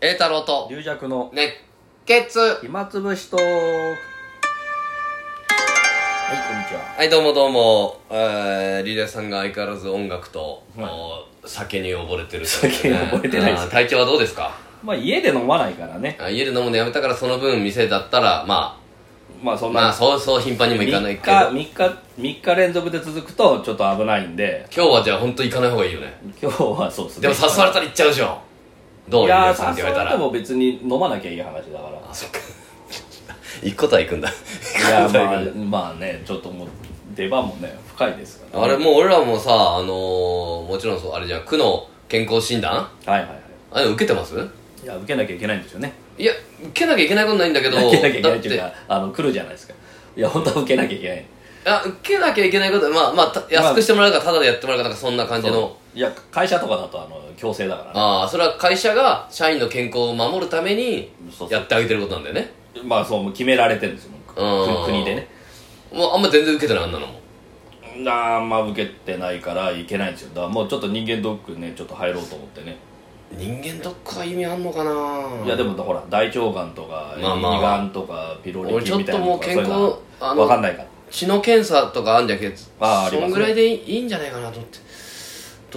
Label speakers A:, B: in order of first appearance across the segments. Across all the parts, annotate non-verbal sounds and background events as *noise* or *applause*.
A: 栄太郎と
B: 龍弱の
A: 熱血
B: 暇つぶしとはいこんにちは
A: はいどうもどうも、えー、リレーさんが相変わらず音楽と、
B: はい
A: お酒に溺れてるということで、
B: 酒に溺れてないです
A: あー体調はどうですか
B: まあ家で飲まないからね
A: あ家で飲むのやめたからその分店だったらま
B: まあそ
A: あ
B: ん
A: まあ
B: な
A: そうそう頻繁にも
B: 3
A: 行
B: 日
A: かないけど今
B: 3日3日連続で続くとちょっと危ないんで
A: 日はじゃあ本当行かない方がいいよね
B: 今日はそうですね
A: でも誘われたら行っちゃうじゃんどう
B: い
A: リレ
B: や
A: ーさんっ
B: ー
A: て言
B: 誘
A: われた
B: われて
A: ら
B: も別に飲まなきゃいい話だから
A: あそっか行くことは行くんだ
B: い
A: 行
B: や
A: くことは行くんだ
B: まあまあねちょっともう出番もね深いですから、
A: あれもう俺らもさあのー、もちろんそうあれじゃん区の健康診断
B: はいはいは
A: あれ受けてます
B: いいや受けなきゃいけないんですよね
A: いや受けなきゃいけないことないんだけど
B: 受けなきゃいけないっていう
A: だっ
B: かあの来るじゃないですかいや本当は受けなきゃいけない
A: てあ受けなきゃいけないことまあまあた安くしてもらうかただでやってもらうかなんかそんな感じの
B: いや会社とかだとあの強制だからね
A: ああそれは会社が社員の健康を守るために
B: そうそう
A: やってあげてることなんだよね
B: まあそう決められてるんですよく
A: うん
B: 国でね
A: もうあんま全然受けてないあんなのも
B: あんま受けてないからいけないんですよだからもうちょっと人間ドックねちょっと入ろうと思ってね、
A: 人間どっか意味あんのかない
B: いやでもほら大腸がんとか胃
A: まあまあ
B: がんとかピロリ菌みたいなのとか
A: 俺ちょっ
B: そうい
A: と
B: うの
A: もう健康あの
B: わかんないから
A: 血の検査とかあんじゃんけど
B: あーあり
A: そ
B: ますね
A: んぐらいでいいいいんじゃないかなと思って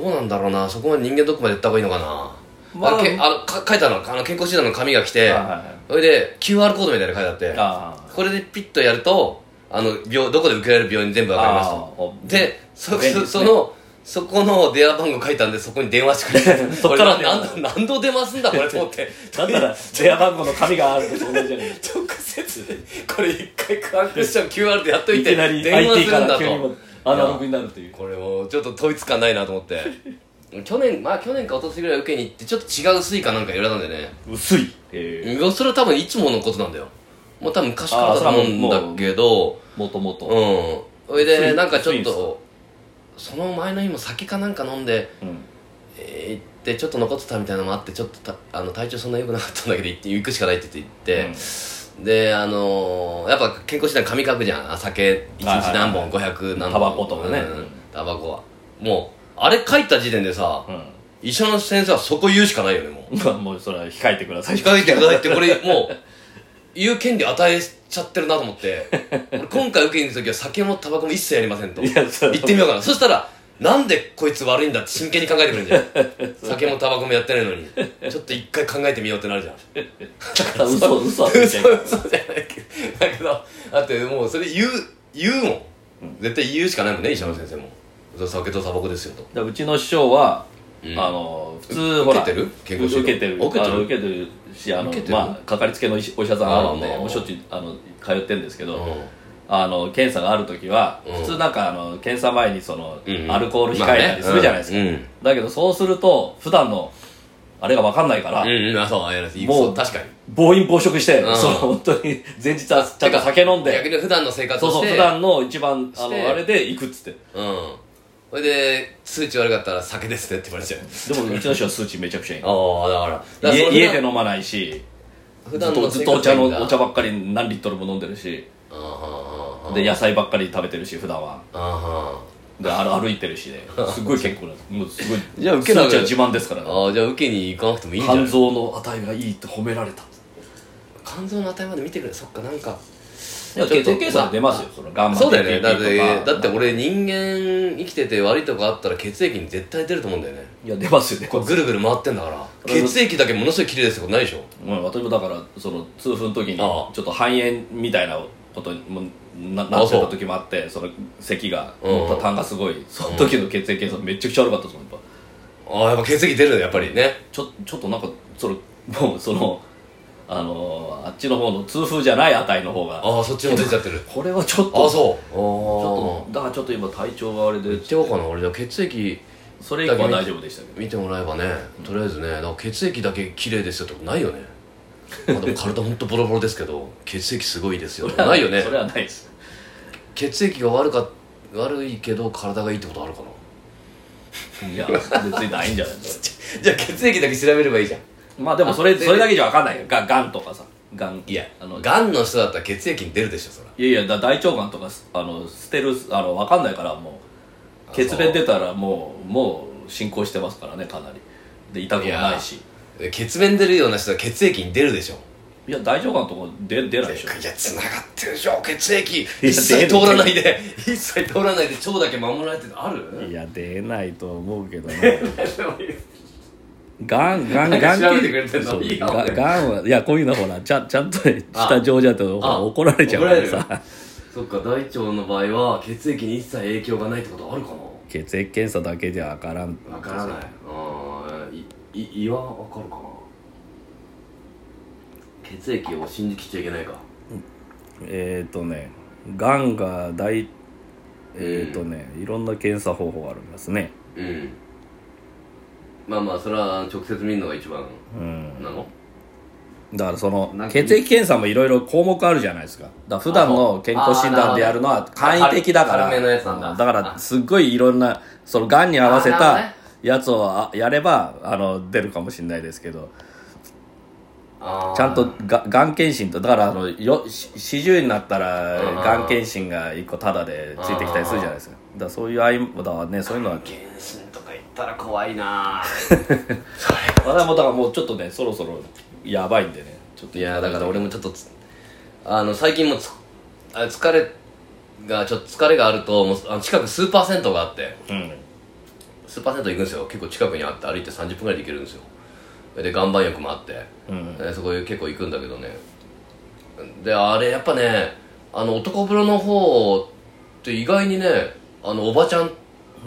A: どうなんだろうなそこまで人間ドックまでやった方がいいのかな、
B: まあ
A: あ、けあのか書いてあるのあの健康診断の紙が来て
B: あはいはい
A: それで QR コードみたいなの書いてあって
B: あ
A: *laughs* これでピッとやるとあの病どこで受けられる病院全部わかります
B: あーお
A: とでそ
B: 便利ですね
A: そのそこの電話番号書いたんでそこに電話してくれ
B: *laughs* そっから
A: 俺な何度何度出ますんだこれと思って
B: *laughs* だったら電話番号の紙があると同じじゃない
A: 直接これ一回クランクッシ
B: *laughs*
A: ョン QR でや *laughs* っとい
B: い
A: て
B: きなり
A: 電話す
B: IT
A: る
B: か
A: んだ
B: ら急にも
A: と
B: うアナログになるという
A: これもうちょっと統一感ないなと思って去年まあ去年か一昨年ぐらい受けに行ってちょっと違うスイカなんか言われたんでね
B: 薄いえ
A: いやそれは多分いつものことなんだよもう多分昔からだと思うんだけど
B: ーもともと
A: うんそれで
B: つい
A: なんかちょ
B: つい
A: っ
B: にそ
A: とその前の日も酒かなんか飲んで、
B: うん
A: えー行ってちょっと残ってたみたいなのもあってちょっとたあの体調そんな良くなかったんだけど行って行くしかないって言って行って、であのーやっぱ健康診断紙書くじゃんあ酒1
B: はいはいは
A: 日
B: い
A: 何本500何本
B: タバコとかね
A: うんタバコはもうあれ書いた時点でさ、
B: うん
A: 医者の先生はそこ言うしかないよねもう
B: まあもうそれは控えてください
A: 控えてくださいってこれもう言う権利与えちゃってるなと思って俺今回受けに行く時は酒もタバコも一切やりませんと
B: いやそう
A: 言ってみようかなそしたらなんでこいつ悪いんだって真剣に考えてくるんじゃん酒もタバコもやってないのにちょっと一回考えてみようってなるじゃん嘘
B: *laughs* 嘘嘘みたいな
A: 嘘じゃないけどだけどだってもうそれ言う言うもん絶対言うしかないもんね医者の先生も酒とタバコですよと
B: だからうちの師匠は、
A: うん
B: あの普
A: う
B: 通ほら
A: 受けてる健康診断
B: 受けてる
A: 受けてる
B: あの受けてるしあの
A: 受けてる
B: まあかかりつけのお医お医者さんあるんで
A: あーまあ
B: もうしょっちゅうあの通ってるんですけど、
A: う
B: あの検査がある時は、
A: うん
B: 普通なんかあの検査前にその、
A: んうん
B: アルコール控えたりするじゃないですか、
A: まあねうん
B: だけどそうすると普段のあれが分かんないから、
A: んうんあそうあやらせ
B: もう
A: そう確かに
B: 暴飲暴食して、
A: うん
B: その本当に前日はちゃんと酒飲ん
A: 逆
B: で
A: に普段の生活
B: そ
A: を
B: う
A: して
B: そう普段の一番あ
A: して
B: のあれで行くっつって
A: うんそれで数値悪かったら酒ですねって言われ *laughs* ちゃう
B: でもうちの師匠数値めちゃくちゃいい
A: ああだからだから
B: 家
A: そう
B: 家で飲まないし
A: 普
B: ずっ
A: 段
B: と
A: の
B: ずっとお茶
A: 生活がいいん
B: の
A: だ
B: お茶ばっかり何リットルも飲んでるし
A: あは
B: で野菜ばっかり食べてるし普段は
A: あは
B: であ歩歩いてるし
A: *laughs*
B: ですごい健康なんですもうすごい
A: じゃあ受けな
B: 数値は自慢ですから
A: あああじゃあ受けに行かなくてもいいんじゃな
B: 肝
A: い
B: 臓の値がいいって褒められた
A: 肝臓の値まで見てくれそっかなんか
B: 血液検査で出ますよそのガンマ
A: そうだよねだっ
B: TTP
A: て
B: とか
A: だって俺人間生きてて悪いとこあったら血液に絶対出ると思うんだよね
B: いや出ますよね
A: これぐるぐる回ってんだから血液だけものすごい綺麗ですってことないでしょ
B: うん私もだからその痛風の時にち
A: あ
B: ょ
A: あ
B: っと肺炎みたいなことにもななってた時もあってその咳が
A: うん
B: 痰がすごいその時の血液検査めちゃくちゃ悪かったですもんやっぱ
A: ああやっぱ血液出るねやっぱりね
B: ちょちょっとなんかそれもうそのあのーあっちの方の痛風じゃない値の方が
A: ああそっちも出ちゃってる
B: これはちょっ
A: あ
B: と
A: あそう
B: ち
A: あ
B: ょっとだからちょっと今体調があれで
A: 言ってこうかな俺じゃあ血液
B: それ以降は大丈夫でしたけど
A: 見てもらえばねとりあえずねだから血液だけ綺麗ですよってことないよね、まあ、でも体ほんとボロボロですけど血液すごいですよってことないよね
B: それはないです
A: 血液が悪か悪いけど体がいいってことあるかない
B: *laughs* や別にないんじゃないですか
A: じゃあ血液だけ調べればいいじゃん
B: *laughs* まあでもそれ
A: あで
B: それだけじゃ分かんないよががんとかさがん
A: いや
B: あの
A: がんの人だったら血液に出るでしょそら
B: いやいやだ大腸がんとかすあの捨てるあの分かんないからも
A: あ
B: う血便出たらもうもう進行してますからねかなりで痛くもないし
A: え血便出るような人は血液に出るでしょ
B: いや大腸がんとか出出ないでしょ
A: いや繋がってるでしょ血液一切通らないで一切通らないで腸だけ守られてるある
B: いや出ないと思うけどね
A: *laughs*
B: がんがん
A: なん
B: が
A: か
B: ん
A: 調べてくれてんの
B: そう
A: いいよ
B: が
A: 俺
B: がんはいやこういうのほらちゃんちゃんとした上手だとほら
A: あ
B: 怒られちゃう
A: 怒
B: から
A: れ
B: ら
A: る
B: さ
A: そっか大腸の場合は血液に一切影響がないってことあるか
B: 血液検査だけではわからん
A: なわからないあーいい胃はわかるかな血液を信じきっちゃいけないか
B: えっ、ー、とねがんが大えっ、ー、とね、いろんな検査方法があるんですね
A: うんまあまあそれは直接見るのが一番
B: うん
A: なの
B: だからその
A: なんか
B: 血液検査もいろいろ項目あるじゃないですかだから普段の健康診断でやるのは
A: あそうあー
B: 簡易的だから
A: 軽めのやつなんだ
B: だか
A: あ
B: らすっごいいろんなそのがんに合わせ
A: あなるほど
B: た
A: ね
B: やつをあやればあの出るかもしれないですけど
A: あー
B: ちゃんとががん検診とだからあのよし40になったら
A: うん
B: がん検診が1個タダでついてきたりするじゃないですかだからそういうあいだからねそういうのは
A: 検診とか行ったら怖いな
B: 私もだからもうちょっとねそろそろやばいんでねちょっと
A: いやだから俺もちょっとつあの最近もつあ疲れがちょっと疲れがあるともうあの近くスーパー銭湯があって
B: うん
A: スーパー銭湯行くんですよ結構近くにあって歩いて30分ぐらいで行けるんですよで岩盤浴もあって、
B: うん
A: でそこへ結構行くんだけどねであれやっぱねあの男風呂の方って意外にねあのおばちゃん、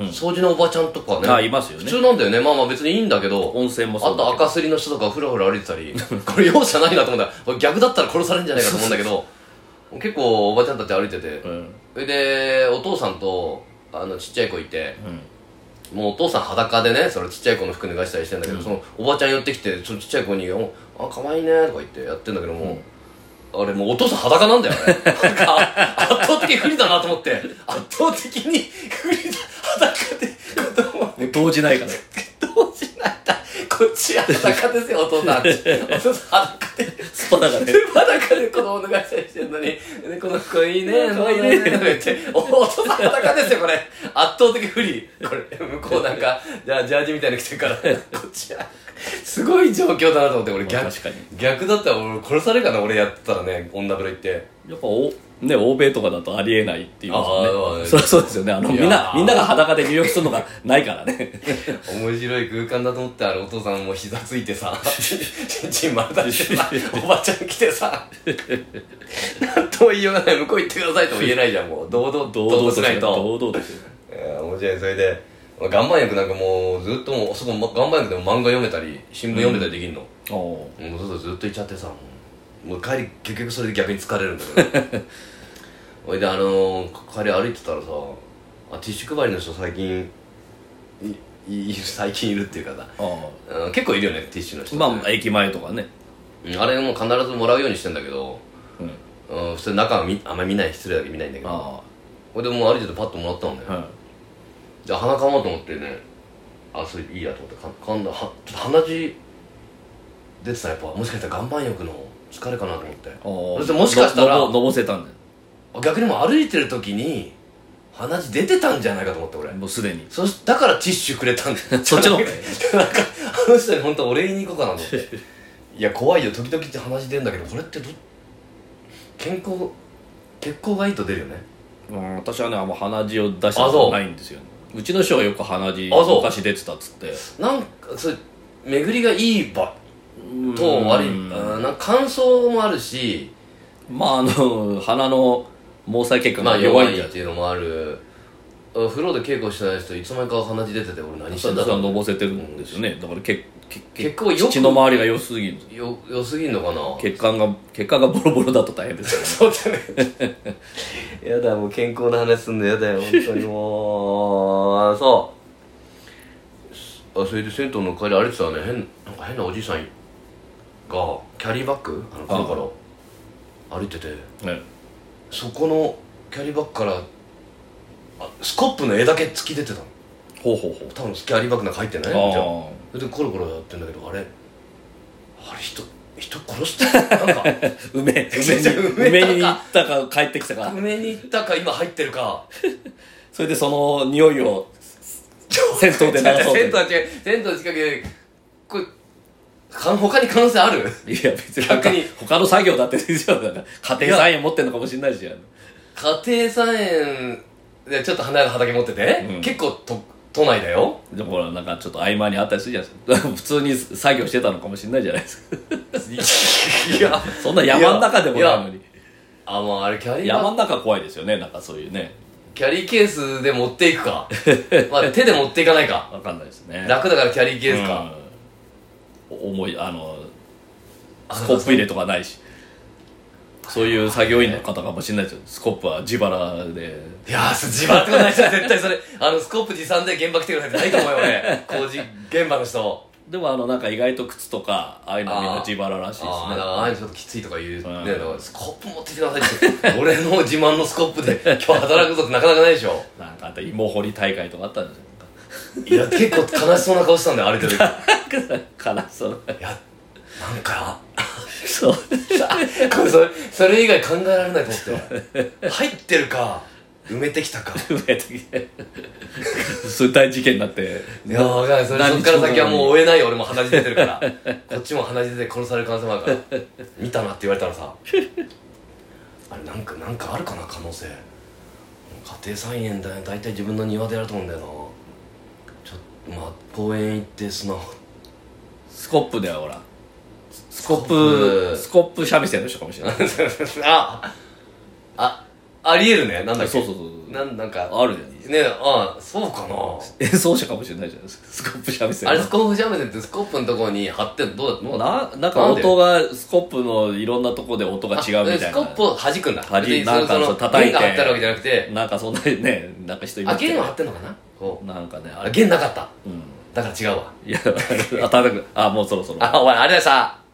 A: 掃除のおばちゃんとかね
B: あいますよね
A: 普通なんだよねまあまあ別にいいんだけど
B: 温泉も
A: あ
B: そうだ
A: と
B: けど
A: 赤すりの人とかふらふら歩いてたり *laughs* これ容赦ないなと思ったらこれ逆だったら殺されるんじゃないかと思うんだけど結構おばちゃんたち歩いてて
B: うん
A: それでお父さんとあのちっちゃい子いて
B: うん
A: もうお父さん裸でねそれちっちゃい子の服脱がしたりしてんだけど、そのおばちゃん寄ってきてそのちっちゃい子にお「あ可愛いね」とか言ってやってんだけども、あれもうお父さん裸なんだよ
B: *laughs*
A: ねなんか圧倒的に不利だなと思って圧倒的に不利だ裸で子供を
B: 動じ
A: *laughs*
B: ないから
A: どうしないんだこっちは裸ですよお父
B: *laughs*
A: さんお父さん裸で
B: スパだからね
A: 裸で子供脱がしたりしてるのにでこの子いいね可愛いねとか言っておお父さん裸ですよこれ圧倒的不利これ向こうなんかじゃあジャージみたいに着てるからこっちはすごい状況だなと思って俺逆,、
B: まあ確かに
A: 逆だったら俺殺されるかな俺やってたらね女風呂行って
B: やっぱお、ね、欧米とかだとありえないっていう
A: ああ
B: ねそりゃそうですよねあの
A: いやー
B: みんなみんなが裸で入浴するのがないからね
A: 面白い空間だと思ってあれお父さんも膝ついて
B: *laughs*
A: さちんちん丸出してさおばちゃん来てさなんとも言いようがない向こう行ってくださいとも言えないじゃんもう堂々
B: *laughs*
A: 堂
B: 堂々
A: 々
B: とし
A: し
B: な
A: ないい
B: と
A: と
B: 堂々として
A: いや面白いそれで岩盤浴なんかもうずっともうそこま岩盤浴でも漫画読めたり新聞読めたりできんの、
B: おお
A: もうずっとずっといっちゃってさもうもう帰り結局それで逆に疲れるんだけど
B: *laughs*
A: ほいであのー、帰り歩いてたらさあティッシュ配りの人最近いいいる最近いるっていうかさ
B: あ
A: うん結構いるよねティッシュの
B: あ
A: 人って
B: まあ駅前とかね
A: うんあれもう必ずもらうようにしてんだけど、
B: うん
A: うん、普通中は見あんまり見ない失礼だけど見ないんだけど
B: あ
A: これでもうある程度パッともらったのね
B: あうん
A: じゃあ鼻かもうと思ってねあそれいいやと思ってかかんだはちょっと鼻血出てたやっぱもしかしたら岩盤浴の疲れかなと思って
B: お
A: そしてもしかしたら
B: ののぼのぼせたんだよ
A: あ逆にもう歩いてる時に鼻血出てたんじゃないかと思って俺
B: もうすでに
A: そしだからティッシュくれたんだよ
B: *laughs* そっちの方
A: *laughs* なんかあの人に本当お礼に行こうかなと思って
B: *laughs*
A: いや怖いよ時々って話出るんだけどこれってど健康血行がいいと出るよね
B: うん私はねあんま鼻血を出したことないんですよねうちの師匠がよく鼻血
A: あそう
B: 昔出てたっつって
A: なんかそれ巡りがいい場と悪い
B: うん
A: あーなんか乾燥もあるし
B: まああの鼻の毛細血管
A: ま
B: が
A: あ
B: 弱
A: 弱
B: いん
A: い
B: だ
A: っていうのもあるあ風呂で稽古してない人いつの間にか鼻血出てて俺何して
B: そ
A: ん
B: だ
A: だ
B: から
A: ろ
B: のぼせてるんですよねだから血血
A: 血行よく
B: 血の周りが良すぎる
A: うよ良すぎんのかな
B: 血管が血管がボロボロだと大変ですよ
A: *laughs* そうだね *laughs* やだもう健康な話すんのやだよ本当にもうあそうあそれで銭湯の帰り歩いてたらね変なんか変なおじいさんがキャリーバッグあの
B: ああ
A: 頃から歩いてて
B: *laughs* ね
A: そこのキャリーバッグからあスコップの絵だけ突き出てたの
B: ほうほうほう
A: 多分キャリーバッグなんか入ってないじゃん
B: あ
A: それでコロコロやってんだけどあれあれ人人殺してるなんか
B: あ *laughs* 梅梅
A: じゃあ梅
B: に梅に行ったか帰ってきたか
A: 梅に行ったか今入ってるか
B: それでその匂いを銭湯で流そう
A: 銭湯
B: と
A: は違う銭湯の近くでこれか他に可能性ある
B: いや別に
A: 逆に
B: 他他の作業だって全然だから家庭菜園持ってんのかもしれないしあの
A: 家庭菜園でちょっと花屋の畑持ってて、
B: うん結
A: 結構と都内だよ
B: でもほらなんかちょっと合間にあったりするじゃないですか *laughs* 普通に作業してたのかもしれない *laughs* じゃないですか
A: いや
B: そんな山の中でもないのに
A: あもうあれキャリー
B: 山
A: バ
B: の中怖いですよねなんかそういうね
A: キャリーケースで持っていく
B: *laughs*
A: かまあ手で持っていかないか
B: わかんないですね
A: 楽だからキャリーケースか、
B: うんお重いあの
A: あ
B: スコップ入れとかないしそういう作業員の方かもしれないですよスコップは自腹で
A: いやーす自慢ってことないじゃん絶対それあのスコープ持参で現場来てくださいってないと思うよ俺工事現場の人
B: でもあのなんか意外と靴とかああいうのみんな自腹らしいですね
A: ああだからああいうのちょっときついとか言う、
B: うん
A: ねだからスコープ持ってきてくださいって俺の自慢のスコープで今日働くことってなかなかないでしょ
B: なんかあと芋掘り大会とかあったんじ
A: いや結構悲しそうな顔したんだよ歩いて
B: *laughs*
A: る時
B: ゃないですか悲しそうない
A: やなんか
B: そう
A: これそれそれ以外考えられないと思って入ってるか埋めてきたか
B: 埋めてきてそういう大事件になって
A: いや分かんないそれそ
B: 何
A: っ
B: 日
A: から先はもう追えないよ俺も鼻血出てるから
B: *laughs*
A: こっちも鼻血出て殺される可能性もあるから見たなって言われたらさあれなんかなんかあるかな可能性家庭菜園だよ大体自分の庭でやると思うんだよなちょっとまあ公園行って砂掘って
B: スコップだよほらスコッ
A: スコッ
B: プ
A: プ
B: スコップ三味線の人かもしれない
A: ああありえるねなんだっけ
B: そうそうそう
A: なんなんか
B: あるじゃないですか
A: ねあそうかな
B: 演奏者かもしれないじゃないですかスコップ三味線
A: あれスコープジャムでってスコープのところに貼ってどうだ
B: も
A: ど
B: う
A: うだ
B: ななんか音がスコップのいろんなとこで音が違うみたいな
A: あスコップを弾くんだ
B: 弾い
A: 別にそ
B: なんか
A: その
B: そう叩い
A: 弦
B: て
A: が貼ってあるわけじゃなくて
B: なんかそんなにねなんか人い
A: あ
B: ますけ
A: 弦
B: ど
A: は貼ってんのかなこう
B: なんかねあ
A: あ
B: れ
A: 弦なかった
B: うん
A: だから違うわ
B: いやあたたくあもうそろそろ
A: あお前ありがとうございました